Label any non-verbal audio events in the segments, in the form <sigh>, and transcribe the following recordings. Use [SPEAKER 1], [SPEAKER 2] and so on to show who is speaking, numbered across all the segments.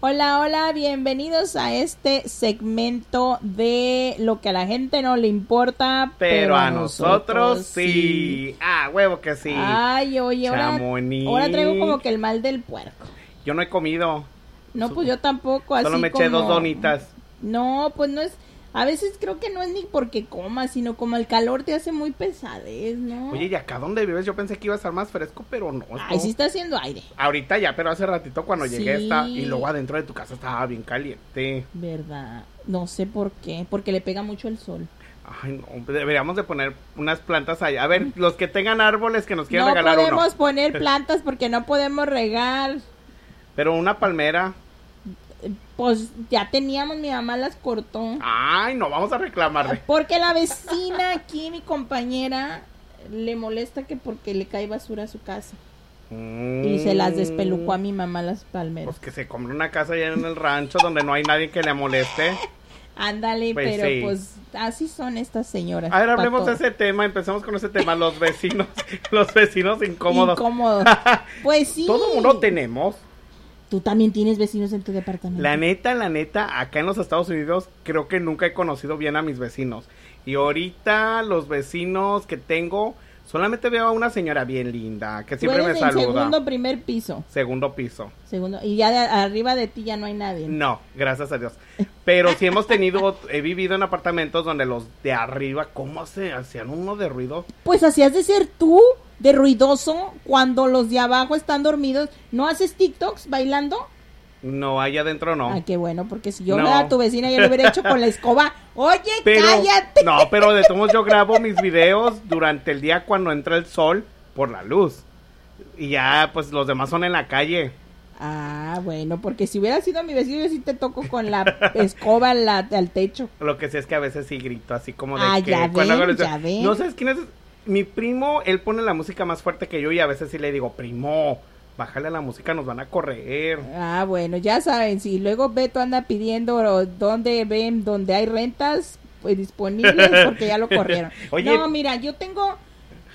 [SPEAKER 1] Hola, hola, bienvenidos a este segmento de lo que a la gente no le importa,
[SPEAKER 2] Pero a nosotros sí. Ah, huevo que sí.
[SPEAKER 1] Ay, oye, ahora,
[SPEAKER 2] Chamonix.
[SPEAKER 1] ahora traigo como que el mal del puerco.
[SPEAKER 2] Yo no he comido.
[SPEAKER 1] No, pues yo tampoco, así
[SPEAKER 2] Solo me eché
[SPEAKER 1] como-
[SPEAKER 2] dos donitas.
[SPEAKER 1] No, pues no es, a veces creo que no es ni porque comas, sino como el calor te hace muy pesadez, ¿no?
[SPEAKER 2] Oye, ¿y acá donde vives? Yo pensé que iba a estar más fresco, pero no.
[SPEAKER 1] Ay,
[SPEAKER 2] estuvo-
[SPEAKER 1] sí está haciendo aire,
[SPEAKER 2] Ahorita ya, pero hace ratito cuando llegué
[SPEAKER 1] Sí.
[SPEAKER 2] está y luego adentro de tu casa estaba bien caliente.
[SPEAKER 1] ¿verdad? No sé por qué, porque le pega mucho el sol.
[SPEAKER 2] Ay, no, deberíamos de poner unas plantas allá. A ver, los que tengan árboles que nos quieran
[SPEAKER 1] No
[SPEAKER 2] regalar
[SPEAKER 1] podemos
[SPEAKER 2] uno. <laughs>
[SPEAKER 1] poner plantas porque no podemos regar.
[SPEAKER 2] Pero una palmera.
[SPEAKER 1] Pues ya teníamos, mi mamá las cortó.
[SPEAKER 2] Ay, no, vamos a reclamarle.
[SPEAKER 1] Porque la vecina aquí, mi compañera, le molesta que porque le cae basura a su casa. Y se las despelucó a mi mamá las palmeras.
[SPEAKER 2] Mm. Pues que se compre una casa allá en el rancho donde no hay nadie que le moleste.
[SPEAKER 1] Ándale,
[SPEAKER 2] Pues
[SPEAKER 1] pero
[SPEAKER 2] sí.
[SPEAKER 1] pues así son estas señoras.
[SPEAKER 2] A ver,
[SPEAKER 1] pa'
[SPEAKER 2] hablemos de
[SPEAKER 1] todo.
[SPEAKER 2] ese tema, empecemos con ese tema, los vecinos, <laughs> los vecinos incómodos. <laughs>
[SPEAKER 1] Incómodos. Pues sí.
[SPEAKER 2] Todo mundo tenemos.
[SPEAKER 1] Tú también tienes vecinos en tu departamento.
[SPEAKER 2] La neta, la neta, acá en los Estados Unidos creo que nunca he conocido bien a mis vecinos. Y ahorita los vecinos que tengo, solamente veo a una señora bien linda, que
[SPEAKER 1] Tú
[SPEAKER 2] siempre me
[SPEAKER 1] eres en
[SPEAKER 2] saluda.
[SPEAKER 1] segundo primer piso.
[SPEAKER 2] Segundo piso.
[SPEAKER 1] Segundo. Y ya de arriba de ti ya no hay nadie.
[SPEAKER 2] No, gracias a Dios. Pero sí hemos tenido, he vivido en apartamentos donde los de arriba, ¿cómo se hacían uno de ruido?
[SPEAKER 1] Pues así has de ser tú, de ruidoso, cuando los de abajo están dormidos. ¿No haces TikToks bailando?
[SPEAKER 2] No, allá adentro no.
[SPEAKER 1] Ah, qué bueno, porque si yo
[SPEAKER 2] No.
[SPEAKER 1] fuera tu vecina, yo lo hubiera hecho con la escoba. Oye,
[SPEAKER 2] Pero,
[SPEAKER 1] cállate.
[SPEAKER 2] No, pero de todos modos yo grabo mis videos durante el día cuando entra el sol por la luz. Y ya, pues los demás son en la calle.
[SPEAKER 1] Ah, bueno, porque si hubiera sido mi vecino, yo sí te toco con
[SPEAKER 2] <laughs>
[SPEAKER 1] la escoba al la, al techo.
[SPEAKER 2] Lo que sí es que a veces sí grito así como de
[SPEAKER 1] Ah,
[SPEAKER 2] que
[SPEAKER 1] ya
[SPEAKER 2] cuando
[SPEAKER 1] ven,
[SPEAKER 2] hago eso,
[SPEAKER 1] ya ven.
[SPEAKER 2] No sabes quién es. Mi primo, él pone la música más fuerte que yo y a veces sí le digo, primo, bájale a la música, nos van a correr.
[SPEAKER 1] Ah, bueno, ya saben, si luego Beto anda pidiendo o dónde ven, donde hay rentas pues, disponibles,
[SPEAKER 2] <laughs>
[SPEAKER 1] porque ya lo corrieron.
[SPEAKER 2] Oye.
[SPEAKER 1] No, mira, yo tengo,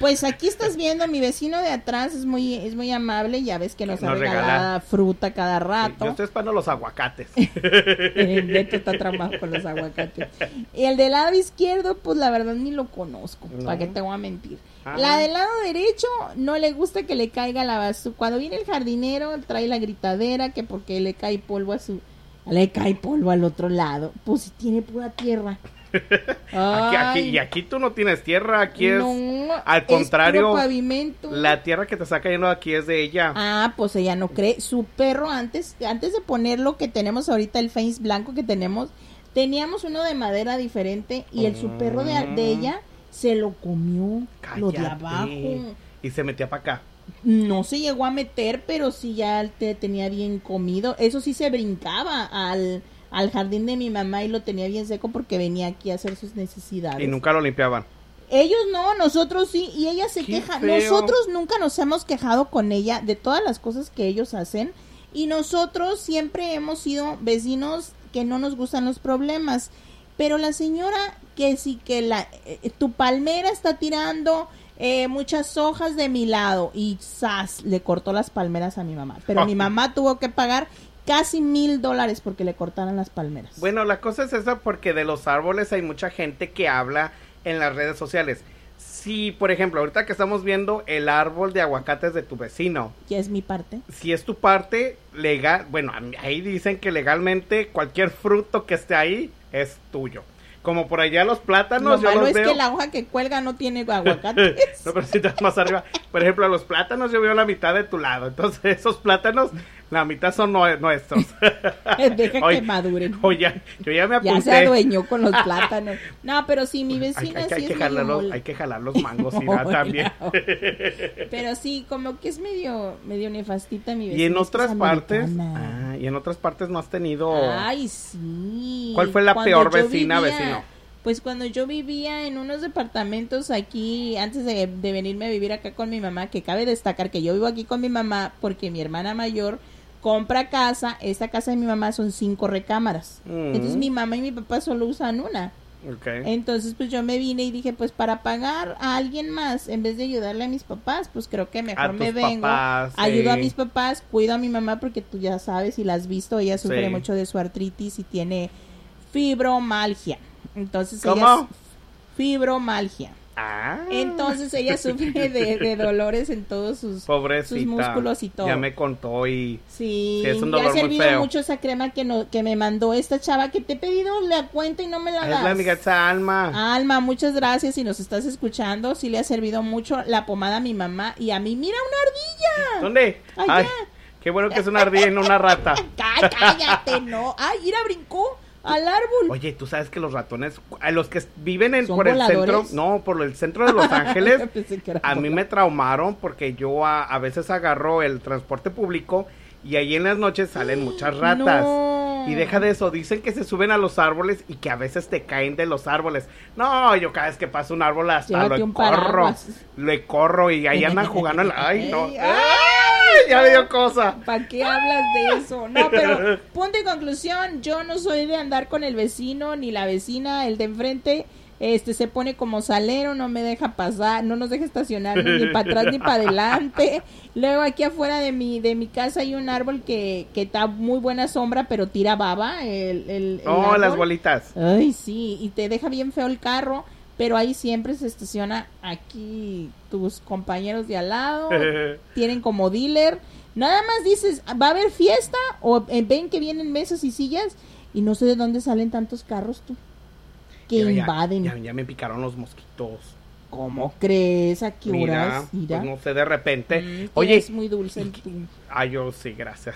[SPEAKER 1] pues aquí estás viendo, mi vecino de atrás es muy, es muy amable, ya ves que nos, ha
[SPEAKER 2] Nos regala.
[SPEAKER 1] regalado fruta cada
[SPEAKER 2] Sí,
[SPEAKER 1] rato.
[SPEAKER 2] yo estoy espando los aguacates.
[SPEAKER 1] <laughs> El Beto está tramado con los aguacates. Y el del lado izquierdo, pues la verdad ni lo conozco.
[SPEAKER 2] No.
[SPEAKER 1] ¿Para qué te voy a mentir?
[SPEAKER 2] Ah.
[SPEAKER 1] La del lado derecho no le gusta que le caiga la basura. Cuando viene el jardinero, trae la gritadera que porque le cae polvo a su. Le cae polvo al otro lado. Pues si tiene pura tierra.
[SPEAKER 2] <laughs> Aquí, aquí-
[SPEAKER 1] Ay,
[SPEAKER 2] y aquí tú no tienes tierra, aquí es.
[SPEAKER 1] no,
[SPEAKER 2] al
[SPEAKER 1] es puro
[SPEAKER 2] contrario,
[SPEAKER 1] pavimento.
[SPEAKER 2] La tierra que te está cayendo aquí es de ella.
[SPEAKER 1] Ah, pues ella no cree. Su perro antes, antes de poner lo que tenemos ahorita, el face blanco que tenemos, teníamos uno de madera diferente y el su perro de, de ella se lo comió. Ah, Lo de
[SPEAKER 2] Mm. Cállate.
[SPEAKER 1] abajo.
[SPEAKER 2] Y se metía para acá.
[SPEAKER 1] No se llegó a meter, pero sí ya te tenía bien comido. Eso sí se brincaba al, al jardín de mi mamá y lo tenía bien seco porque venía aquí a hacer sus necesidades.
[SPEAKER 2] Y nunca lo limpiaban.
[SPEAKER 1] Ellos no, nosotros sí, y ella se
[SPEAKER 2] Qué
[SPEAKER 1] queja.
[SPEAKER 2] feo.
[SPEAKER 1] Nosotros nunca nos hemos quejado con ella de todas las cosas que ellos hacen, y nosotros siempre hemos sido vecinos que no nos gustan los problemas. Pero la señora que sí que la eh, tu palmera está tirando eh, muchas hojas de mi lado y zas le cortó las palmeras a mi mamá. Pero
[SPEAKER 2] Ah.
[SPEAKER 1] mi mamá tuvo que pagar casi mil dólares porque le cortaron las palmeras.
[SPEAKER 2] Bueno, la cosa es esa porque de los árboles hay mucha gente que habla en las redes sociales. Si, por ejemplo, ahorita que estamos viendo el árbol de aguacates de tu vecino,
[SPEAKER 1] ya es mi parte.
[SPEAKER 2] si es tu parte legal, bueno, a mí- ahí dicen que legalmente cualquier fruto que esté ahí es tuyo. Como por allá los
[SPEAKER 1] Lo
[SPEAKER 2] plátanos, yo
[SPEAKER 1] malo
[SPEAKER 2] los
[SPEAKER 1] es
[SPEAKER 2] veo.
[SPEAKER 1] que la hoja que cuelga no tiene
[SPEAKER 2] <laughs>
[SPEAKER 1] <laughs> aguacates.
[SPEAKER 2] No, pero si estás más arriba. Por ejemplo, los plátanos yo veo la mitad de tu lado. Entonces, esos plátanos, la mitad son nue- nuestros. <laughs>
[SPEAKER 1] Deja
[SPEAKER 2] Oye,
[SPEAKER 1] que maduren.
[SPEAKER 2] O ya- yo ya me
[SPEAKER 1] ya
[SPEAKER 2] apunté.
[SPEAKER 1] se adueñó con
[SPEAKER 2] <laughs>
[SPEAKER 1] los plátanos. No, pero sí, mi
[SPEAKER 2] Hay,
[SPEAKER 1] vecina
[SPEAKER 2] hay-
[SPEAKER 1] sí
[SPEAKER 2] hay que
[SPEAKER 1] es medio
[SPEAKER 2] jalar los,
[SPEAKER 1] mol-
[SPEAKER 2] hay que jalar los mangos,
[SPEAKER 1] <laughs>
[SPEAKER 2] y da también.
[SPEAKER 1] Pero sí, como que es medio, medio nefastita mi vecina.
[SPEAKER 2] Y en
[SPEAKER 1] es que es
[SPEAKER 2] otras partes,
[SPEAKER 1] americana.
[SPEAKER 2] ah, y en otras partes no has tenido.
[SPEAKER 1] Ay, sí.
[SPEAKER 2] ¿Cuál fue la
[SPEAKER 1] Cuando
[SPEAKER 2] peor
[SPEAKER 1] yo
[SPEAKER 2] vecina,
[SPEAKER 1] vivía-
[SPEAKER 2] vecino?
[SPEAKER 1] pues cuando yo vivía en unos departamentos aquí, antes de, de venirme a vivir acá con mi mamá, que cabe destacar que yo vivo aquí con mi mamá porque mi hermana mayor compra casa, esta casa de mi mamá son cinco recámaras.
[SPEAKER 2] Mm.
[SPEAKER 1] Entonces mi mamá y mi papá solo usan una.
[SPEAKER 2] Ok.
[SPEAKER 1] Entonces pues yo me vine y dije, pues para pagar a alguien más, en vez de ayudarle a mis papás, pues creo que mejor
[SPEAKER 2] A
[SPEAKER 1] me
[SPEAKER 2] tus
[SPEAKER 1] vengo,
[SPEAKER 2] papás,
[SPEAKER 1] ayudo a
[SPEAKER 2] sí.
[SPEAKER 1] mis papás, cuido a mi mamá porque tú ya sabes y la has visto, ella sufre
[SPEAKER 2] Sí.
[SPEAKER 1] mucho de su artritis y tiene fibromalgia. Entonces
[SPEAKER 2] ¿Cómo?
[SPEAKER 1] ella fibromalgia.
[SPEAKER 2] Ah.
[SPEAKER 1] Entonces
[SPEAKER 2] <laughs>
[SPEAKER 1] ella sufre de, de dolores en todos sus
[SPEAKER 2] Pobrecita.
[SPEAKER 1] sus músculos y todo.
[SPEAKER 2] Ya me contó y.
[SPEAKER 1] Sí,
[SPEAKER 2] Sí, es un
[SPEAKER 1] me ha
[SPEAKER 2] dolor muy
[SPEAKER 1] servido
[SPEAKER 2] feo.
[SPEAKER 1] mucho esa crema que, no, que me mandó esta chava que te he pedido la cuenta y no me la das.
[SPEAKER 2] Es la amiga esa alma.
[SPEAKER 1] Alma, muchas gracias si nos estás escuchando. Sí le ha servido mucho la pomada a mi mamá y a mí. ¡Mira una ardilla!
[SPEAKER 2] ¿Dónde?
[SPEAKER 1] Allá.
[SPEAKER 2] Ay, qué bueno que es una ardilla y no una rata.
[SPEAKER 1] Cá- ¡Cállate, no! ¡Ay, mira, brincó al árbol!
[SPEAKER 2] Oye, tú sabes que los ratones, a los que viven en,
[SPEAKER 1] ¿Son
[SPEAKER 2] por el centro,
[SPEAKER 1] voladores?
[SPEAKER 2] no, por el centro
[SPEAKER 1] <laughs>
[SPEAKER 2] de Los Ángeles,
[SPEAKER 1] Pensé que era
[SPEAKER 2] a mí
[SPEAKER 1] bola.
[SPEAKER 2] me traumaron porque yo a, a veces agarro el transporte público y ahí en las noches
[SPEAKER 1] <gasps>
[SPEAKER 2] salen muchas ratas.
[SPEAKER 1] No.
[SPEAKER 2] Y deja de eso, dicen que se suben a los árboles y que a veces te caen de los árboles. No, yo cada vez que paso un árbol hasta
[SPEAKER 1] Llévate
[SPEAKER 2] lo
[SPEAKER 1] un
[SPEAKER 2] corro,
[SPEAKER 1] paraguas.
[SPEAKER 2] le corro y
[SPEAKER 1] <laughs>
[SPEAKER 2] ahí andan jugando. en la- Ay, no.
[SPEAKER 1] Ey,
[SPEAKER 2] ¡Ay! ya me dio cosa.
[SPEAKER 1] ¿Para qué hablas de eso? No, pero punto y conclusión, yo no soy de andar con el vecino ni la vecina, el de enfrente, este se pone como salero, no me deja pasar, no nos deja estacionar ni para atrás ni para adelante. Luego aquí afuera de mi de mi casa hay un árbol que que está muy buena sombra, pero tira baba, el el- el
[SPEAKER 2] Oh, las
[SPEAKER 1] árbol.
[SPEAKER 2] bolitas.
[SPEAKER 1] Ay, sí, y te deja bien feo el carro, pero ahí siempre se estaciona aquí tus compañeros de al
[SPEAKER 2] <laughs>
[SPEAKER 1] lado, tienen como dealer. Nada más dices, ¿va a haber fiesta? O eh, ven que vienen mesas y sillas y no sé de dónde salen tantos carros tú. Que
[SPEAKER 2] Mira, ya-
[SPEAKER 1] invaden.
[SPEAKER 2] Ya, ya me picaron los mosquitos.
[SPEAKER 1] ¿Cómo crees? ¿A qué
[SPEAKER 2] Mira,
[SPEAKER 1] horas? Mira.
[SPEAKER 2] pues no sé, de repente.
[SPEAKER 1] Mm, que
[SPEAKER 2] Oye,
[SPEAKER 1] Es muy dulce el tú.
[SPEAKER 2] Ay, Ah, yo sí,
[SPEAKER 1] <laughs>
[SPEAKER 2] gracias.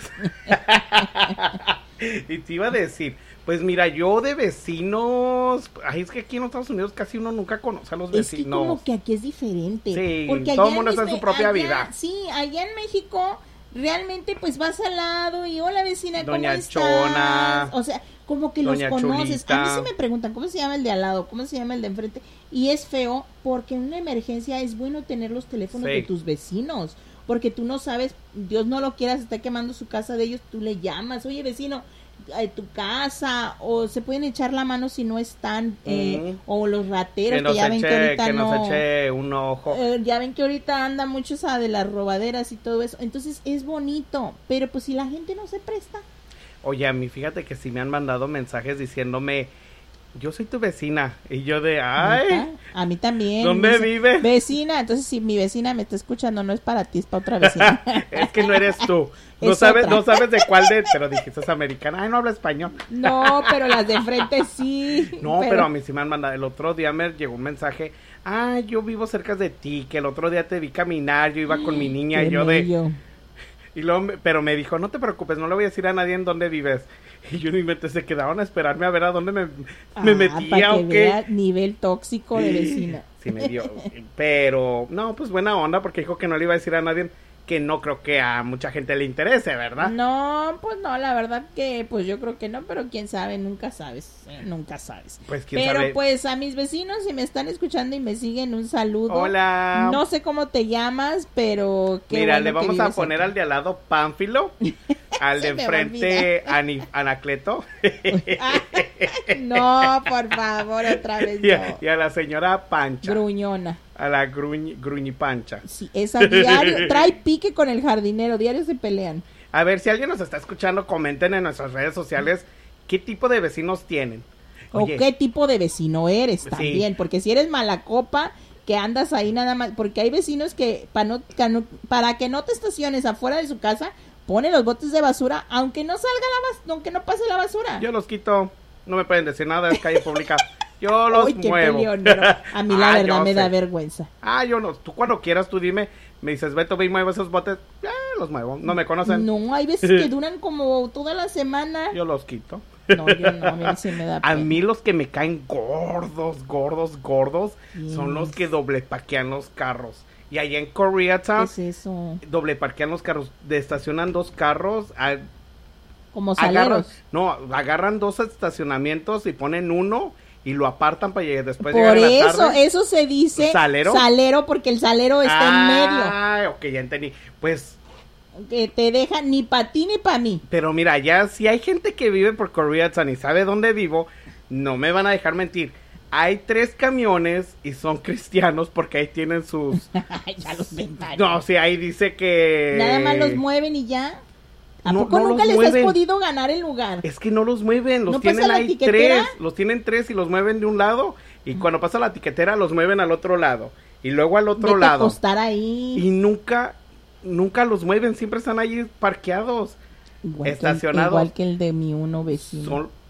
[SPEAKER 2] y te iba a decir, pues mira, yo de vecinos, ay, es que aquí en los Estados Unidos casi uno nunca conoce a los
[SPEAKER 1] Es que
[SPEAKER 2] vecinos.
[SPEAKER 1] como que aquí es diferente.
[SPEAKER 2] Sí,
[SPEAKER 1] porque
[SPEAKER 2] todo
[SPEAKER 1] allá
[SPEAKER 2] mundo está en
[SPEAKER 1] Mex-
[SPEAKER 2] su propia
[SPEAKER 1] allá-
[SPEAKER 2] vida.
[SPEAKER 1] Sí, allá en México realmente pues vas al lado y hola vecina, ¿cómo
[SPEAKER 2] Doña
[SPEAKER 1] estás?
[SPEAKER 2] Chona.
[SPEAKER 1] O sea, como que
[SPEAKER 2] Doña
[SPEAKER 1] los conoces. A mí
[SPEAKER 2] Chulita.
[SPEAKER 1] sí me preguntan, ¿cómo se llama el de al lado? ¿Cómo se llama el de enfrente? Y es feo porque en una emergencia es bueno tener los teléfonos
[SPEAKER 2] Sí.
[SPEAKER 1] de tus vecinos. Porque tú no sabes, Dios no lo quiera, se está quemando su casa de ellos, tú le llamas, oye vecino, eh, tu casa, o se pueden echar la mano si no están, eh,
[SPEAKER 2] Ujú.
[SPEAKER 1] o los rateros,
[SPEAKER 2] que
[SPEAKER 1] que,
[SPEAKER 2] nos
[SPEAKER 1] ya ven que
[SPEAKER 2] eche,
[SPEAKER 1] ahorita
[SPEAKER 2] que
[SPEAKER 1] no...
[SPEAKER 2] nos eche un ojo.
[SPEAKER 1] Eh, ya ven que ahorita anda mucho esa de las robaderas y todo eso. Entonces es bonito, pero pues si la gente no se presta.
[SPEAKER 2] Oye, a mí fíjate que sí me han mandado mensajes diciéndome, yo soy tu vecina. Y yo de,
[SPEAKER 1] neta,
[SPEAKER 2] ay,
[SPEAKER 1] A mí también.
[SPEAKER 2] ¿Dónde
[SPEAKER 1] me dice,
[SPEAKER 2] vive?
[SPEAKER 1] Vecina. Entonces si mi vecina me está escuchando, no es para ti, es para otra
[SPEAKER 2] <laughs>
[SPEAKER 1] vecina.
[SPEAKER 2] es que no eres
[SPEAKER 1] <laughs>
[SPEAKER 2] tú. No
[SPEAKER 1] Es
[SPEAKER 2] sabes,
[SPEAKER 1] otra.
[SPEAKER 2] no sabes de cuál de, pero dijiste es americana. Ay, no habla español.
[SPEAKER 1] no, pero las de frente sí.
[SPEAKER 2] No, pero... a mí sí me han mandado. El otro día me llegó un mensaje. Ah, yo vivo cerca de ti, que el otro día te vi caminar, yo iba con mi niña y
[SPEAKER 1] qué
[SPEAKER 2] yo de...
[SPEAKER 1] mello.
[SPEAKER 2] Y luego me- pero me dijo, no te preocupes, no le voy a decir a nadie en dónde vives. <laughs> Y yo ni inventé, se quedaron a esperarme a ver a dónde me, me
[SPEAKER 1] Ah,
[SPEAKER 2] metía
[SPEAKER 1] para que
[SPEAKER 2] o qué.
[SPEAKER 1] vea nivel tóxico de vecina.
[SPEAKER 2] Sí me dio. Pero, no, pues buena onda, porque dijo que no le iba a decir a nadie que no creo que a mucha gente le interese, ¿verdad?
[SPEAKER 1] No, pues no, la verdad que pues yo creo que no, pero quién sabe, nunca sabes, eh, nunca sabes.
[SPEAKER 2] Pues quién
[SPEAKER 1] Pero
[SPEAKER 2] sabe.
[SPEAKER 1] pues a mis vecinos si me están escuchando y me siguen un saludo.
[SPEAKER 2] Hola.
[SPEAKER 1] No sé cómo te llamas, pero qué
[SPEAKER 2] Mira,
[SPEAKER 1] bueno
[SPEAKER 2] le
[SPEAKER 1] que
[SPEAKER 2] vamos a
[SPEAKER 1] vives
[SPEAKER 2] poner
[SPEAKER 1] aquí.
[SPEAKER 2] al de al lado Pánfilo, al de
[SPEAKER 1] <laughs> Se me va a
[SPEAKER 2] enfrente Ani- Anacleto
[SPEAKER 1] <laughs> Ah, no, por favor, otra vez
[SPEAKER 2] y a,
[SPEAKER 1] no.
[SPEAKER 2] y a la señora Pancha,
[SPEAKER 1] Gruñona.
[SPEAKER 2] a la gruñ- Gruñipancha.
[SPEAKER 1] Sí, esa
[SPEAKER 2] <laughs>
[SPEAKER 1] diario trae pique con el jardinero, diario se pelean.
[SPEAKER 2] A ver, si alguien nos está escuchando, comenten en nuestras redes sociales qué tipo de vecinos tienen. Oye,
[SPEAKER 1] o qué tipo de vecino eres
[SPEAKER 2] Sí.
[SPEAKER 1] también, porque si eres mala copa que andas ahí nada más, porque hay vecinos que para, no, que no- para que no te estaciones afuera de su casa, pone los botes de basura, aunque no salga la basura, aunque no pase la basura.
[SPEAKER 2] yo los quito, no me pueden decir nada, es calle
[SPEAKER 1] <laughs>
[SPEAKER 2] pública. Yo los
[SPEAKER 1] Uy, qué
[SPEAKER 2] muevo.
[SPEAKER 1] peleonero. A mí la
[SPEAKER 2] <laughs> Ah,
[SPEAKER 1] verdad
[SPEAKER 2] yo
[SPEAKER 1] me da
[SPEAKER 2] sé.
[SPEAKER 1] vergüenza.
[SPEAKER 2] Ah, yo no. Tú cuando quieras, tú dime. Me dices, Beto, ve y mueve esos botes. Ah, los muevo. No me conocen.
[SPEAKER 1] No, hay veces que duran como toda la semana.
[SPEAKER 2] Yo los quito.
[SPEAKER 1] No, yo no, a mí sí me da
[SPEAKER 2] <laughs> A
[SPEAKER 1] pena.
[SPEAKER 2] mí los que me caen gordos, gordos, gordos son los
[SPEAKER 1] Yes.
[SPEAKER 2] que doble parquean los carros. Y allá en Koreatown,
[SPEAKER 1] ¿Qué es eso?
[SPEAKER 2] doble parquean los carros, de estacionan dos carros, a-
[SPEAKER 1] Como
[SPEAKER 2] agarran,
[SPEAKER 1] saleros.
[SPEAKER 2] no, agarran dos estacionamientos y ponen uno y lo apartan para llegar después
[SPEAKER 1] Por
[SPEAKER 2] llegar en pues, la
[SPEAKER 1] eso,
[SPEAKER 2] tarde.
[SPEAKER 1] eso se dice
[SPEAKER 2] ¿Salero?
[SPEAKER 1] porque el salero está
[SPEAKER 2] ah, ok, ya entendí. Pues,
[SPEAKER 1] en medio. Que te deja ni para ti ni para mí.
[SPEAKER 2] pero mira, ya si hay gente que vive por Koreatown y sabe dónde vivo, no me van a dejar mentir. Hay tres camiones y son <laughs> cristianos porque ahí tienen sus...
[SPEAKER 1] ya los ventanas.
[SPEAKER 2] No, sí, ahí dice que...
[SPEAKER 1] Nada más los mueven y ya. ¿A
[SPEAKER 2] No,
[SPEAKER 1] poco
[SPEAKER 2] no
[SPEAKER 1] nunca
[SPEAKER 2] los
[SPEAKER 1] les
[SPEAKER 2] mueven.
[SPEAKER 1] has podido ganar el lugar?
[SPEAKER 2] Es que no los mueven, los
[SPEAKER 1] ¿No pasa
[SPEAKER 2] tienen
[SPEAKER 1] la
[SPEAKER 2] ahí
[SPEAKER 1] tiquetera?
[SPEAKER 2] tres, los tienen tres y los mueven de un lado y cuando pasa la tiquetera los mueven al otro lado y luego al otro
[SPEAKER 1] Vete a
[SPEAKER 2] lado
[SPEAKER 1] acostar ahí.
[SPEAKER 2] y nunca nunca los mueven, siempre están ahí parqueados.
[SPEAKER 1] Igual que-
[SPEAKER 2] estacionado.
[SPEAKER 1] igual que el de mi uno vecino.
[SPEAKER 2] Son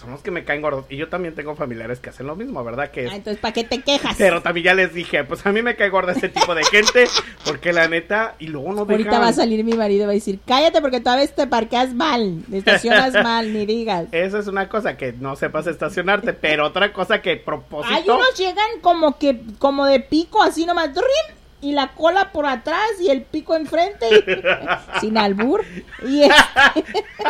[SPEAKER 2] son los que me caen gordos y yo también tengo familiares que hacen lo mismo, ¿verdad? Que
[SPEAKER 1] Ah, entonces, ¿para qué te quejas?
[SPEAKER 2] pero también ya les dije, pues a mí me cae gorda ese tipo de gente porque la neta y luego no dejan
[SPEAKER 1] Ahorita va a salir mi marido y va a decir, cállate porque todavía te parqueas mal, te
[SPEAKER 2] <laughs>
[SPEAKER 1] estacionas mal, ni digas.
[SPEAKER 2] Esa es una cosa que no sepas estacionarte, pero otra cosa que propósito
[SPEAKER 1] Hay unos llegan como que, como de pico, así nomás, ¡drin! y la cola por atrás y el pico enfrente,
[SPEAKER 2] <laughs>
[SPEAKER 1] y- sin albur. Y es, <laughs>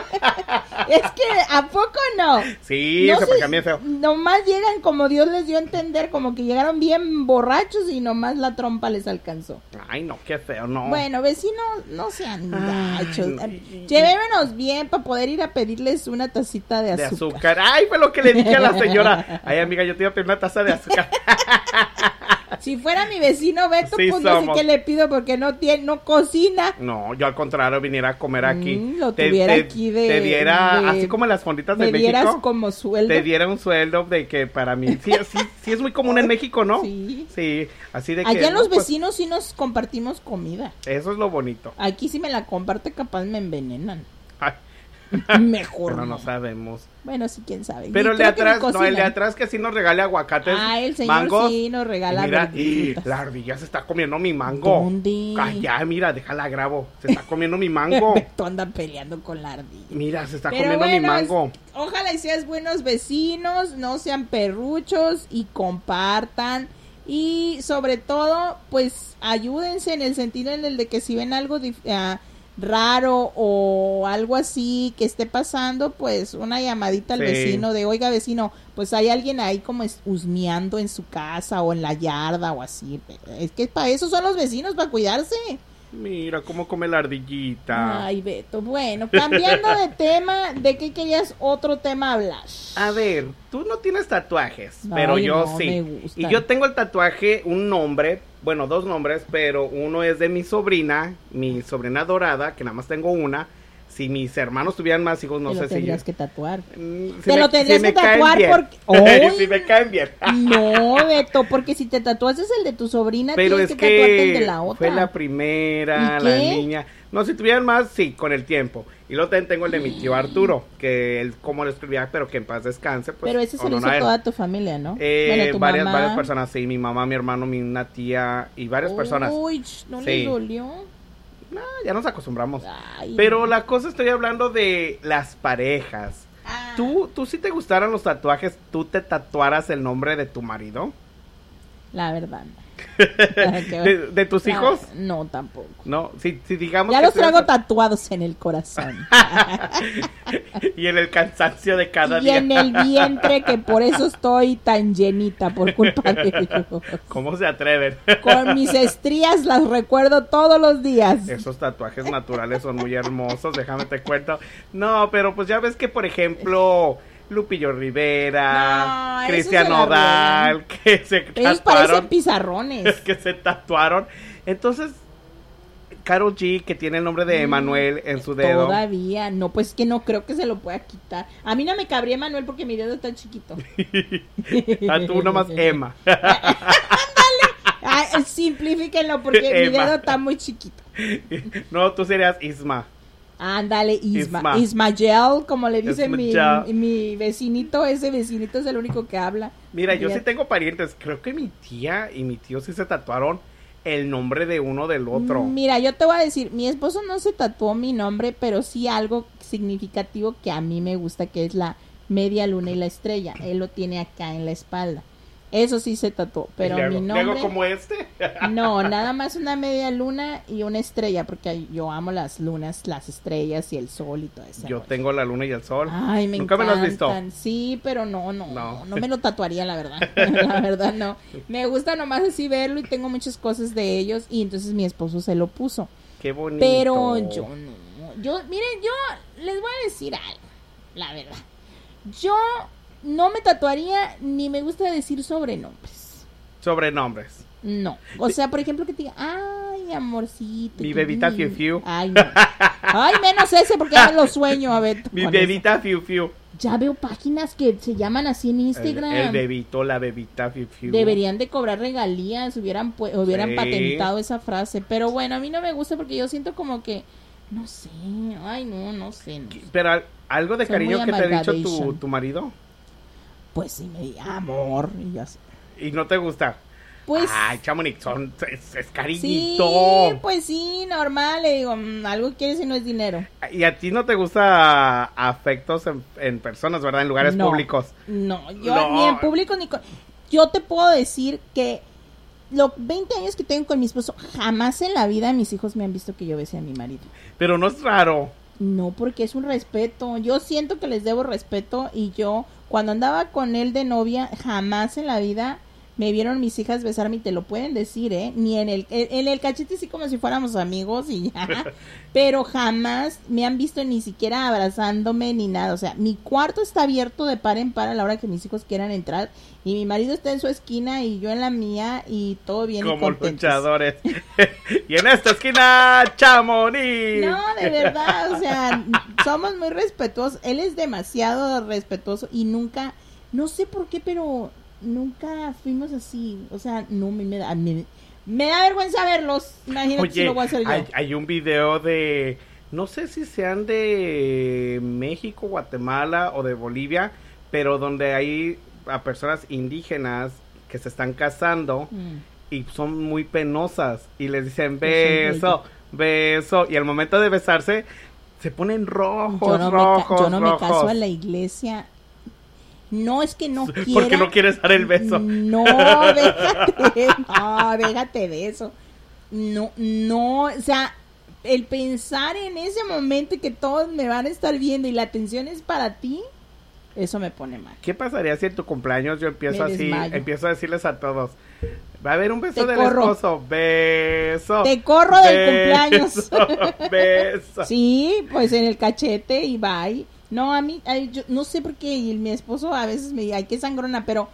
[SPEAKER 1] es que, ¿a poco no?
[SPEAKER 2] Sí,
[SPEAKER 1] No
[SPEAKER 2] se
[SPEAKER 1] sé,
[SPEAKER 2] parquean bien feo.
[SPEAKER 1] Nomás llegan como Dios les dio a entender, como que llegaron bien borrachos y nomás la trompa les alcanzó.
[SPEAKER 2] Ay, no, qué feo, no.
[SPEAKER 1] Bueno, vecinos, no sean
[SPEAKER 2] Ay,
[SPEAKER 1] gachos.
[SPEAKER 2] no.
[SPEAKER 1] Llévenos bien para poder ir a pedirles una tacita de
[SPEAKER 2] de
[SPEAKER 1] azúcar.
[SPEAKER 2] azúcar. Ay, fue lo que le dije
[SPEAKER 1] <laughs>
[SPEAKER 2] a la señora. Ay, amiga, yo te iba a pedir una taza de azúcar.
[SPEAKER 1] Si fuera mi vecino Beto,
[SPEAKER 2] Sí
[SPEAKER 1] pues no sé
[SPEAKER 2] somos.
[SPEAKER 1] qué le pido porque no tiene, no cocina.
[SPEAKER 2] No, yo al contrario viniera a comer aquí.
[SPEAKER 1] Mm, lo tuviera aquí de-
[SPEAKER 2] Te diera,
[SPEAKER 1] de-
[SPEAKER 2] así como en las fonditas de
[SPEAKER 1] Me dieras
[SPEAKER 2] México,
[SPEAKER 1] como sueldo.
[SPEAKER 2] te diera un sueldo de que para mí, sí, sí, sí es muy
[SPEAKER 1] <laughs>
[SPEAKER 2] común en México, ¿no?
[SPEAKER 1] Sí.
[SPEAKER 2] Sí, así de que.
[SPEAKER 1] Allá en
[SPEAKER 2] no,
[SPEAKER 1] los
[SPEAKER 2] pues,
[SPEAKER 1] vecinos sí nos compartimos comida.
[SPEAKER 2] eso es lo bonito.
[SPEAKER 1] Aquí si me la comparte capaz me
[SPEAKER 2] <laughs>
[SPEAKER 1] envenenan.
[SPEAKER 2] Ay,
[SPEAKER 1] Mejor.
[SPEAKER 2] pero
[SPEAKER 1] no.
[SPEAKER 2] no sabemos.
[SPEAKER 1] Bueno, sí, quién sabe.
[SPEAKER 2] Pero
[SPEAKER 1] Y
[SPEAKER 2] el de
[SPEAKER 1] creo que ni
[SPEAKER 2] atrás, no, el de
[SPEAKER 1] cocinan.
[SPEAKER 2] atrás que sí nos regale aguacates,
[SPEAKER 1] Ah, el señor
[SPEAKER 2] mangos.
[SPEAKER 1] sí nos regala
[SPEAKER 2] Mira,
[SPEAKER 1] verduritas.
[SPEAKER 2] la ardilla se está comiendo mi mango.
[SPEAKER 1] ¿Dónde?
[SPEAKER 2] Ay, Ah, ya, mira, déjala grabo. Se está comiendo
[SPEAKER 1] <laughs>
[SPEAKER 2] mi mango.
[SPEAKER 1] Beto anda peleando con la ardilla.
[SPEAKER 2] Mira, se está
[SPEAKER 1] Pero
[SPEAKER 2] comiendo mi
[SPEAKER 1] bueno,
[SPEAKER 2] mango.
[SPEAKER 1] es- Ojalá y seas buenos vecinos, no sean perruchos y compartan. Y sobre todo, pues ayúdense en el sentido en el de que si ven algo dif- ah, raro o algo así que esté pasando, pues una llamadita al
[SPEAKER 2] Sí.
[SPEAKER 1] vecino de, oiga vecino, pues hay alguien ahí como es- husmeando en su casa o en la yarda o así. Es que para eso son los vecinos, para cuidarse.
[SPEAKER 2] Mira cómo come la ardillita.
[SPEAKER 1] Ay, Beto. Bueno, cambiando
[SPEAKER 2] <laughs>
[SPEAKER 1] de tema, ¿de qué querías otro tema hablar?
[SPEAKER 2] A ver, tú no tienes tatuajes,
[SPEAKER 1] Ay,
[SPEAKER 2] pero yo
[SPEAKER 1] no,
[SPEAKER 2] sí.
[SPEAKER 1] me gustan.
[SPEAKER 2] Y yo tengo el tatuaje, un nombre, bueno, dos nombres, pero uno es de mi sobrina, mi sobrina dorada, que nada más tengo una. Si mis hermanos tuvieran más hijos, no
[SPEAKER 1] Te lo
[SPEAKER 2] sé si yo.
[SPEAKER 1] tendrías que tatuar.
[SPEAKER 2] Mm, si
[SPEAKER 1] Te lo tendrías
[SPEAKER 2] si me
[SPEAKER 1] que
[SPEAKER 2] caen
[SPEAKER 1] tatuar
[SPEAKER 2] bien. <laughs>
[SPEAKER 1] porque-
[SPEAKER 2] si me caen bien.
[SPEAKER 1] No, Beto, porque si te tatuases el de tu sobrina,
[SPEAKER 2] Pero
[SPEAKER 1] tienes
[SPEAKER 2] es
[SPEAKER 1] que tatuarte el
[SPEAKER 2] que
[SPEAKER 1] de la otra.
[SPEAKER 2] fue la pues, primera,
[SPEAKER 1] ¿Y
[SPEAKER 2] la
[SPEAKER 1] qué?
[SPEAKER 2] niña. No, si tuvieran más, sí, con el tiempo. Y luego también tengo el de mi tío Arturo, que él, como lo escribía, pero que en paz descanse. Pues,
[SPEAKER 1] Pero ese se lo hizo
[SPEAKER 2] honor a él.
[SPEAKER 1] toda tu familia, ¿no?
[SPEAKER 2] Eh,
[SPEAKER 1] Bueno, tu
[SPEAKER 2] varias,
[SPEAKER 1] mamá.
[SPEAKER 2] varias personas, sí, mi mamá, mi hermano, mi una tía y varias personas.
[SPEAKER 1] Uy, ch, no
[SPEAKER 2] Sí.
[SPEAKER 1] les dolió.
[SPEAKER 2] No, ya nos acostumbramos.
[SPEAKER 1] Ay,
[SPEAKER 2] Pero
[SPEAKER 1] no.
[SPEAKER 2] la cosa estoy hablando de las parejas.
[SPEAKER 1] Ah,
[SPEAKER 2] ¿Tú, tú si te gustaran los tatuajes, tú te tatuaras el nombre de tu marido?
[SPEAKER 1] La verdad.
[SPEAKER 2] <laughs>
[SPEAKER 1] no.
[SPEAKER 2] ¿De, de tus
[SPEAKER 1] Ah,
[SPEAKER 2] hijos?
[SPEAKER 1] No, tampoco.
[SPEAKER 2] No, si, si digamos
[SPEAKER 1] Ya
[SPEAKER 2] que
[SPEAKER 1] los traigo
[SPEAKER 2] estuvieras-
[SPEAKER 1] tatuados en el corazón.
[SPEAKER 2] Y en el cansancio de cada
[SPEAKER 1] y
[SPEAKER 2] día.
[SPEAKER 1] en el vientre que por eso estoy tan llenita por culpa de
[SPEAKER 2] <laughs>
[SPEAKER 1] ellos.
[SPEAKER 2] ¿Cómo se atreven?
[SPEAKER 1] Con mis estrías las recuerdo todos los días.
[SPEAKER 2] Esos tatuajes naturales son muy hermosos, déjame te cuento. No, pero pues ya ves que, por ejemplo, Lupillo Rivera,
[SPEAKER 1] No, esos
[SPEAKER 2] Cristian
[SPEAKER 1] se la
[SPEAKER 2] Nodal, que se
[SPEAKER 1] Ellos parecen
[SPEAKER 2] tatuaron.
[SPEAKER 1] pizarrones.
[SPEAKER 2] <laughs> Que se tatuaron. Entonces, Carol G, que tiene el nombre de Emanuel en su dedo.
[SPEAKER 1] Mm, Todavía, no, pues que no creo que se lo pueda quitar. A mí no me cabría Manuel porque mi dedo está
[SPEAKER 2] <laughs>
[SPEAKER 1] chiquito.
[SPEAKER 2] A Ah, tú
[SPEAKER 1] <laughs>
[SPEAKER 2] nomás Emma.
[SPEAKER 1] Ah, simplifíquenlo porque mi
[SPEAKER 2] Emma.
[SPEAKER 1] dedo está muy chiquito.
[SPEAKER 2] no, tú serías Isma.
[SPEAKER 1] Ándale, Isma.
[SPEAKER 2] Isma.
[SPEAKER 1] Ismayel, como le dice mi,
[SPEAKER 2] Ismayel.
[SPEAKER 1] mi vecinito, ese vecinito es el único que habla.
[SPEAKER 2] Mira, yo
[SPEAKER 1] Fíjate.
[SPEAKER 2] sí tengo parientes. Creo que mi tía y mi tío sí se tatuaron el nombre de uno del otro.
[SPEAKER 1] Mira, yo te voy a decir, mi esposo no se tatuó mi nombre, pero sí algo significativo que a mí me gusta, que es la media luna y la estrella. Él lo tiene acá en la espalda. Eso sí se tatuó, pero
[SPEAKER 2] le hago,
[SPEAKER 1] mi
[SPEAKER 2] le
[SPEAKER 1] nombre...
[SPEAKER 2] hago como este.
[SPEAKER 1] No, nada más una media luna y una estrella, porque yo amo las lunas, las estrellas y el sol y todo eso.
[SPEAKER 2] <laughs> Yo tengo la luna y el sol.
[SPEAKER 1] Ay, me
[SPEAKER 2] Nunca me lo has visto.
[SPEAKER 1] encantan. Sí, pero no, no,
[SPEAKER 2] No.
[SPEAKER 1] no, no me lo tatuaría, la verdad. <laughs> La verdad, no. Me gusta nomás así verlo y tengo muchas cosas de ellos y entonces mi esposo se lo puso.
[SPEAKER 2] Qué bonito.
[SPEAKER 1] Pero yo no. Yo, miren, yo les voy a decir algo, la verdad. Yo no me tatuaría ni me gusta decir sobrenombres.
[SPEAKER 2] Sobrenombres.
[SPEAKER 1] No. O sea, por ejemplo, que te diga, ay, amorcito.
[SPEAKER 2] Mi
[SPEAKER 1] tú,
[SPEAKER 2] bebita
[SPEAKER 1] mi-
[SPEAKER 2] Fiu Fiu.
[SPEAKER 1] Ay, no. Ay, menos ese porque ya lo sueño, a ver.
[SPEAKER 2] <laughs> Mi
[SPEAKER 1] con eso.
[SPEAKER 2] bebita Fiu Fiu.
[SPEAKER 1] Ya veo páginas que se llaman así en
[SPEAKER 2] El,
[SPEAKER 1] Instagram.
[SPEAKER 2] el bebito, la bebita Fiu Fiu.
[SPEAKER 1] Deberían de cobrar regalías, hubieran pu- hubieran
[SPEAKER 2] Sí.
[SPEAKER 1] patentado esa frase. Pero bueno, a mí no me gusta porque yo siento como que, no sé, ay no, no sé. no sé.
[SPEAKER 2] Pero al- algo de
[SPEAKER 1] Soy
[SPEAKER 2] cariño
[SPEAKER 1] muy
[SPEAKER 2] que te ha dicho tu,
[SPEAKER 1] amalgamation.
[SPEAKER 2] tu marido
[SPEAKER 1] Pues sí, me di amor. Y yo así.
[SPEAKER 2] y no te gusta.
[SPEAKER 1] Pues
[SPEAKER 2] Ay, Chamonix, son, es, es
[SPEAKER 1] sí,
[SPEAKER 2] cariñito.
[SPEAKER 1] pues sí, normal. Le digo, "Mm, algo quieres y no es dinero.
[SPEAKER 2] Y a ti no te gusta afectos en, en personas, ¿verdad? En lugares
[SPEAKER 1] No.
[SPEAKER 2] públicos.
[SPEAKER 1] No, yo
[SPEAKER 2] No.
[SPEAKER 1] ni en público ni con... Yo te puedo decir que los 20 años que tengo con mi esposo, jamás en la vida mis hijos me han visto que yo besé a mi marido.
[SPEAKER 2] Pero no es raro.
[SPEAKER 1] No, porque es un respeto. Yo siento que les debo respeto y yo, cuando andaba con él de novia, jamás en la vida me vieron mis hijas besarme y te lo pueden decir, ¿eh? Ni en el, en el cachete sí como si fuéramos amigos y ya. Pero jamás me han visto ni siquiera abrazándome ni nada. O sea, mi cuarto está abierto de par en par a la hora que mis hijos quieran entrar y mi marido está en su esquina y yo en la mía y todo bien y
[SPEAKER 2] como
[SPEAKER 1] contentos.
[SPEAKER 2] luchadores. <laughs> y en esta esquina, Chamonix.
[SPEAKER 1] No, de verdad, o <laughs> sea, somos muy respetuosos. Él es demasiado respetuoso y nunca, no sé por qué, pero nunca fuimos así. O sea, no, a mí me da, a mí me da vergüenza verlos. Imagínate si
[SPEAKER 2] Oye,
[SPEAKER 1] lo voy a hacer yo.
[SPEAKER 2] hay, hay un video de, no sé si sean de México, Guatemala o de Bolivia, pero donde hay a personas indígenas que se están casando
[SPEAKER 1] Mm.
[SPEAKER 2] y son muy penosas y les dicen
[SPEAKER 1] Yo soy
[SPEAKER 2] beso, beso, y al momento de besarse se ponen rojos,
[SPEAKER 1] Yo no, me, ca-
[SPEAKER 2] rojos,
[SPEAKER 1] yo no me caso
[SPEAKER 2] rojos.
[SPEAKER 1] a la iglesia. No es que no quiera.
[SPEAKER 2] Porque no quieres dar el beso. <laughs>
[SPEAKER 1] No, déjate, no, déjate de eso. No, no, o sea, el pensar en ese momento y que todos me van a estar viendo y la atención es para ti, eso me pone mal.
[SPEAKER 2] ¿Qué pasaría si en tu cumpleaños yo empiezo
[SPEAKER 1] Me
[SPEAKER 2] así,
[SPEAKER 1] desmayo.
[SPEAKER 2] empiezo a decirles a todos, va a haber un beso
[SPEAKER 1] Te
[SPEAKER 2] del
[SPEAKER 1] corro.
[SPEAKER 2] esposo, beso.
[SPEAKER 1] Te corro del
[SPEAKER 2] beso,
[SPEAKER 1] cumpleaños.
[SPEAKER 2] <laughs> Beso.
[SPEAKER 1] Sí, pues en el cachete y bye. No, a mí, ay, yo no sé por qué, y mi esposo a veces me dice, ay, qué sangrona, pero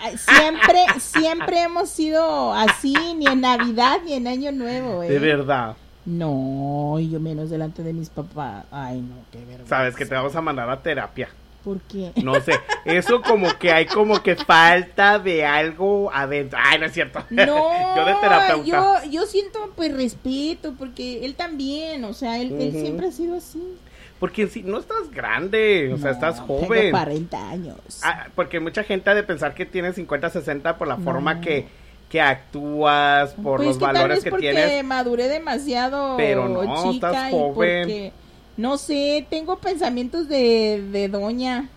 [SPEAKER 1] ay, siempre, siempre hemos sido así, ni en Navidad, ni en Año Nuevo, ¿eh?
[SPEAKER 2] De verdad,
[SPEAKER 1] No, y yo menos delante de mis papás. Ay, no, qué vergüenza.
[SPEAKER 2] sabes que te vamos a mandar a terapia.
[SPEAKER 1] ¿Por qué?
[SPEAKER 2] No sé, eso como que hay como que falta de algo adentro. Ay, no es cierto.
[SPEAKER 1] No,
[SPEAKER 2] <laughs> <laughs> yo de terapeuta.
[SPEAKER 1] Yo, yo siento pues respeto, porque él también, o sea, él, él
[SPEAKER 2] Ujú.
[SPEAKER 1] siempre ha sido así.
[SPEAKER 2] Porque en sí, no estás grande, o sea,
[SPEAKER 1] No,
[SPEAKER 2] estás
[SPEAKER 1] tengo
[SPEAKER 2] joven.
[SPEAKER 1] 40 años.
[SPEAKER 2] Ah, porque mucha gente ha de pensar que tienes 50, 60 por la
[SPEAKER 1] No.
[SPEAKER 2] forma que, que actúas, por
[SPEAKER 1] Pues
[SPEAKER 2] los
[SPEAKER 1] que tal
[SPEAKER 2] valores
[SPEAKER 1] vez
[SPEAKER 2] que
[SPEAKER 1] porque
[SPEAKER 2] tienes.
[SPEAKER 1] maduré demasiado
[SPEAKER 2] Pero no,
[SPEAKER 1] chica
[SPEAKER 2] estás
[SPEAKER 1] y
[SPEAKER 2] joven.
[SPEAKER 1] porque, no sé, tengo pensamientos de, de doña.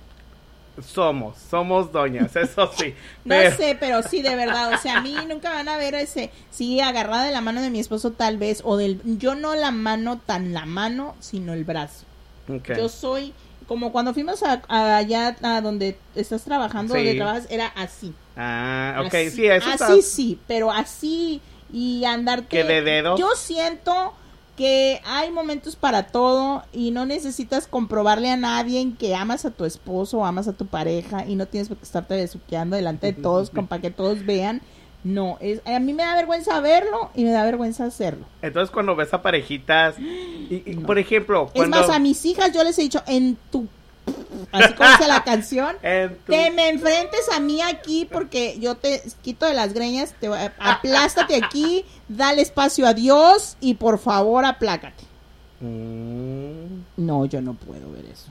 [SPEAKER 2] Somos, somos doñas, eso sí.
[SPEAKER 1] <laughs> No
[SPEAKER 2] pero-
[SPEAKER 1] sé, pero sí, de verdad. O sea, a mí nunca van a ver ese. Sí, agarrada de la mano de mi esposo, tal vez. O del. Yo no la mano tan la mano, sino el brazo.
[SPEAKER 2] Ok.
[SPEAKER 1] Yo soy. Como cuando fuimos a, a allá a donde estás trabajando, donde
[SPEAKER 2] Sí.
[SPEAKER 1] trabajas, era así.
[SPEAKER 2] Ah, ok,
[SPEAKER 1] así,
[SPEAKER 2] sí, eso está-
[SPEAKER 1] Así sí, pero así. Y andarte.
[SPEAKER 2] Que de dedos.
[SPEAKER 1] Yo siento que hay momentos para todo y no necesitas comprobarle a nadie en que amas a tu esposo o amas a tu pareja y no tienes por qué estarte besuqueando delante de todos con- para que todos vean. No, es, a mí me da vergüenza verlo y me da vergüenza hacerlo.
[SPEAKER 2] Entonces cuando ves a parejitas, y, y,
[SPEAKER 1] No.
[SPEAKER 2] por ejemplo, cuando...
[SPEAKER 1] Es más, a mis hijas yo les he dicho en tu... Así como dice
[SPEAKER 2] <laughs>
[SPEAKER 1] la canción.
[SPEAKER 2] en tu-
[SPEAKER 1] Que me enfrentes a mí aquí porque yo te quito de las greñas, te voy a- aplástate aquí, dale espacio a Dios y por favor aplácate.
[SPEAKER 2] Mm,
[SPEAKER 1] No, yo no puedo ver eso.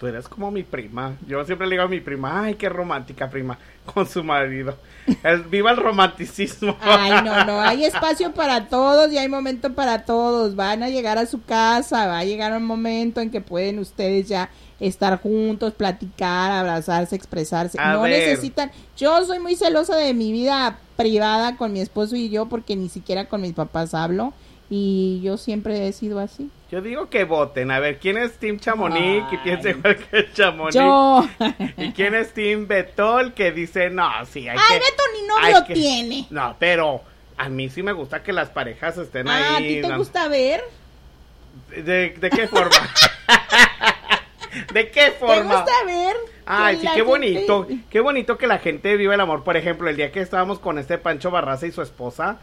[SPEAKER 2] tú eres como mi prima. Yo siempre le digo a mi prima, ay, qué romántica prima, <laughs> con su marido. Es, viva el romanticismo.
[SPEAKER 1] Ay, no, no, hay espacio para todos y hay momento para todos. Van a llegar a su casa, va a llegar un momento en que pueden ustedes ya estar juntos, platicar, abrazarse, expresarse.
[SPEAKER 2] A
[SPEAKER 1] no
[SPEAKER 2] ver.
[SPEAKER 1] necesitan. Yo soy muy celosa de mi vida privada con mi esposo y yo porque ni siquiera con mis papás hablo y yo siempre he sido así.
[SPEAKER 2] Yo digo que voten. A ver, ¿quién es Team Chamonix? que
[SPEAKER 1] Ay.
[SPEAKER 2] piensa igual que Chamonix?
[SPEAKER 1] Yo.
[SPEAKER 2] ¿Y quién es Team Betol? Que dice, no, sí, hay
[SPEAKER 1] Ay,
[SPEAKER 2] que...
[SPEAKER 1] Beto ni
[SPEAKER 2] hay
[SPEAKER 1] novio
[SPEAKER 2] que-
[SPEAKER 1] tiene.
[SPEAKER 2] No, pero a mí sí me gusta que las parejas estén
[SPEAKER 1] Ah, ¿a
[SPEAKER 2] ahí.
[SPEAKER 1] ti te
[SPEAKER 2] no-
[SPEAKER 1] gusta ver?
[SPEAKER 2] ¿De, de qué forma? <laughs> ¿De qué
[SPEAKER 1] ¿Te
[SPEAKER 2] forma?
[SPEAKER 1] gusta ver?
[SPEAKER 2] Ay,
[SPEAKER 1] que
[SPEAKER 2] sí,
[SPEAKER 1] la
[SPEAKER 2] qué
[SPEAKER 1] gente-
[SPEAKER 2] bonito. Qué bonito que la gente viva el amor. Por ejemplo, el día que estábamos con este Pancho Barraza y su esposa,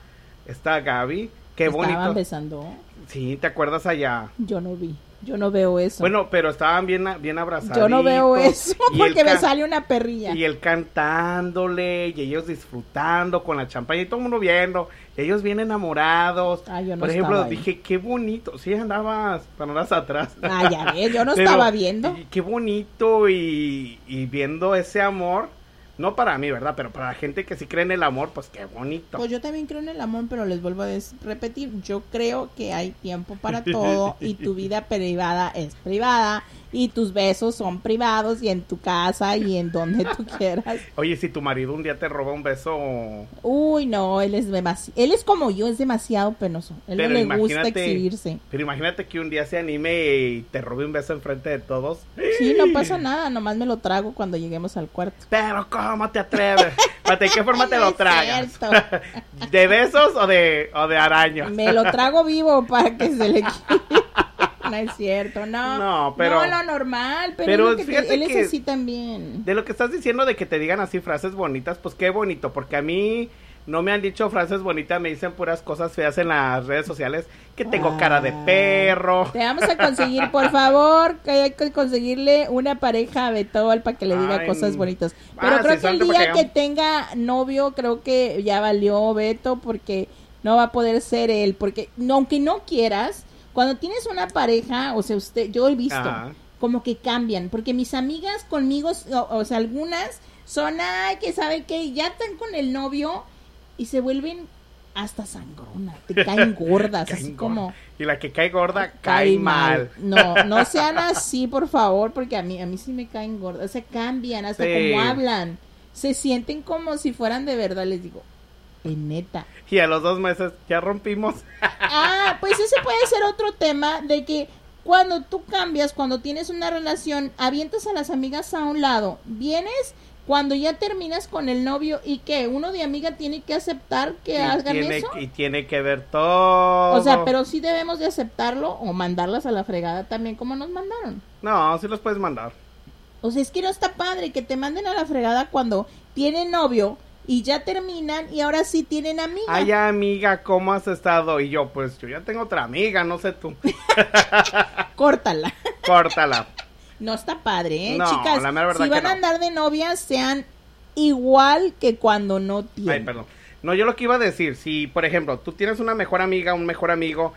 [SPEAKER 2] está Gaby. Qué
[SPEAKER 1] Estaban
[SPEAKER 2] bonito.
[SPEAKER 1] besando.
[SPEAKER 2] Sí, ¿te acuerdas allá?
[SPEAKER 1] Yo no vi. Yo no veo eso.
[SPEAKER 2] Bueno, pero estaban bien, bien abrazados.
[SPEAKER 1] yo no veo eso
[SPEAKER 2] Y él
[SPEAKER 1] porque me
[SPEAKER 2] ca-
[SPEAKER 1] sale una perrilla.
[SPEAKER 2] Y él cantándole, y ellos disfrutando con la champaña, y todo el mundo viendo, y ellos bien enamorados.
[SPEAKER 1] Ah, yo no
[SPEAKER 2] Por ejemplo,
[SPEAKER 1] estaba ahí.
[SPEAKER 2] dije, qué bonito. Sí, andabas, andabas atrás.
[SPEAKER 1] <laughs> Ah, ya ves, yo no
[SPEAKER 2] Pero,
[SPEAKER 1] estaba viendo.
[SPEAKER 2] y qué bonito y, y viendo ese amor. No para mí, ¿verdad? Pero para la gente que sí cree en el amor, pues qué bonito.
[SPEAKER 1] Pues yo también creo en el amor, pero les vuelvo a des- repetir, yo creo que hay tiempo
[SPEAKER 2] <laughs>
[SPEAKER 1] para todo y tu vida privada es privada y tus besos son privados y en tu casa y en donde
[SPEAKER 2] <laughs>
[SPEAKER 1] tú quieras.
[SPEAKER 2] Oye, si tu marido un día te roba un beso,
[SPEAKER 1] Uy, no, él es demasiado, él es como yo, es demasiado penoso. Él
[SPEAKER 2] Pero
[SPEAKER 1] no le gusta
[SPEAKER 2] imagínate-
[SPEAKER 1] exhibirse.
[SPEAKER 2] pero imagínate que un día se anime y te robe un beso enfrente de todos.
[SPEAKER 1] Sí, no pasa nada, nomás me lo trago cuando lleguemos al cuarto.
[SPEAKER 2] Pero ¿cómo te atreves? ¿De qué forma
[SPEAKER 1] <laughs>
[SPEAKER 2] te
[SPEAKER 1] No
[SPEAKER 2] lo
[SPEAKER 1] es
[SPEAKER 2] tragas?
[SPEAKER 1] cierto.
[SPEAKER 2] <laughs> ¿De besos o de, o de araños?
[SPEAKER 1] Me lo trago vivo para que se le quite. No es cierto, no.
[SPEAKER 2] No, pero-
[SPEAKER 1] No, lo normal, pero,
[SPEAKER 2] pero
[SPEAKER 1] es lo que te-
[SPEAKER 2] fíjate
[SPEAKER 1] él
[SPEAKER 2] que-
[SPEAKER 1] es así también.
[SPEAKER 2] De lo que estás diciendo de que te digan así frases bonitas, pues qué bonito, porque a mí no me han dicho frases bonitas, me dicen puras cosas feas en las redes sociales, que tengo cara de
[SPEAKER 1] Ah.
[SPEAKER 2] perro.
[SPEAKER 1] Te vamos a conseguir, por favor, que hay que conseguirle una pareja a Betol para que le diga
[SPEAKER 2] Ay,
[SPEAKER 1] cosas
[SPEAKER 2] no.
[SPEAKER 1] bonitas.
[SPEAKER 2] Ah,
[SPEAKER 1] Pero creo
[SPEAKER 2] sí,
[SPEAKER 1] que el
[SPEAKER 2] suerte,
[SPEAKER 1] día
[SPEAKER 2] porque-
[SPEAKER 1] que tenga novio, creo que ya valió Beto porque no va a poder ser él, porque no, aunque no quieras, cuando tienes una pareja, o sea, usted, yo he visto,
[SPEAKER 2] Ajá.
[SPEAKER 1] como que cambian, porque mis amigas conmigo, o, o sea, algunas son, ay, que sabe que ya están con el novio y se vuelven hasta sangronas, te
[SPEAKER 2] <laughs>
[SPEAKER 1] caen gordas,
[SPEAKER 2] Caen
[SPEAKER 1] así
[SPEAKER 2] gorda.
[SPEAKER 1] como...
[SPEAKER 2] Y la que cae gorda, cae,
[SPEAKER 1] Cae
[SPEAKER 2] mal.
[SPEAKER 1] No, no sean así, por favor, porque a mí, a mí sí me caen gordas. O sea, cambian hasta
[SPEAKER 2] Sí.
[SPEAKER 1] como hablan. Se sienten como si fueran de verdad, les digo. En neta.
[SPEAKER 2] Y a los dos meses ya rompimos.
[SPEAKER 1] Ah, pues ese puede ser otro tema de que cuando tú cambias, cuando tienes una relación, avientas a las amigas a un lado. Vienes cuando ya terminas con el novio y que uno de amiga tiene que aceptar que
[SPEAKER 2] y,
[SPEAKER 1] hagan
[SPEAKER 2] tiene,
[SPEAKER 1] eso.
[SPEAKER 2] y tiene que ver todo.
[SPEAKER 1] O sea, pero sí debemos de aceptarlo o mandarlas a la fregada también como nos mandaron.
[SPEAKER 2] No, sí los puedes mandar.
[SPEAKER 1] O sea, es que no está padre que te manden a la fregada cuando tienen novio y ya terminan y ahora sí tienen amiga.
[SPEAKER 2] Ay, amiga, ¿cómo has estado? Y yo, pues yo ya tengo otra amiga, no
[SPEAKER 1] <laughs>
[SPEAKER 2] sé tú.
[SPEAKER 1] Córtala.
[SPEAKER 2] Córtala.
[SPEAKER 1] No está padre, ¿eh?
[SPEAKER 2] No,
[SPEAKER 1] Chicas,
[SPEAKER 2] la mera verdad
[SPEAKER 1] si
[SPEAKER 2] que
[SPEAKER 1] van
[SPEAKER 2] no.
[SPEAKER 1] a andar de novias, sean igual que cuando no tienen.
[SPEAKER 2] Ay, perdón. No, yo lo que iba a decir, si por ejemplo tú tienes una mejor amiga, un mejor amigo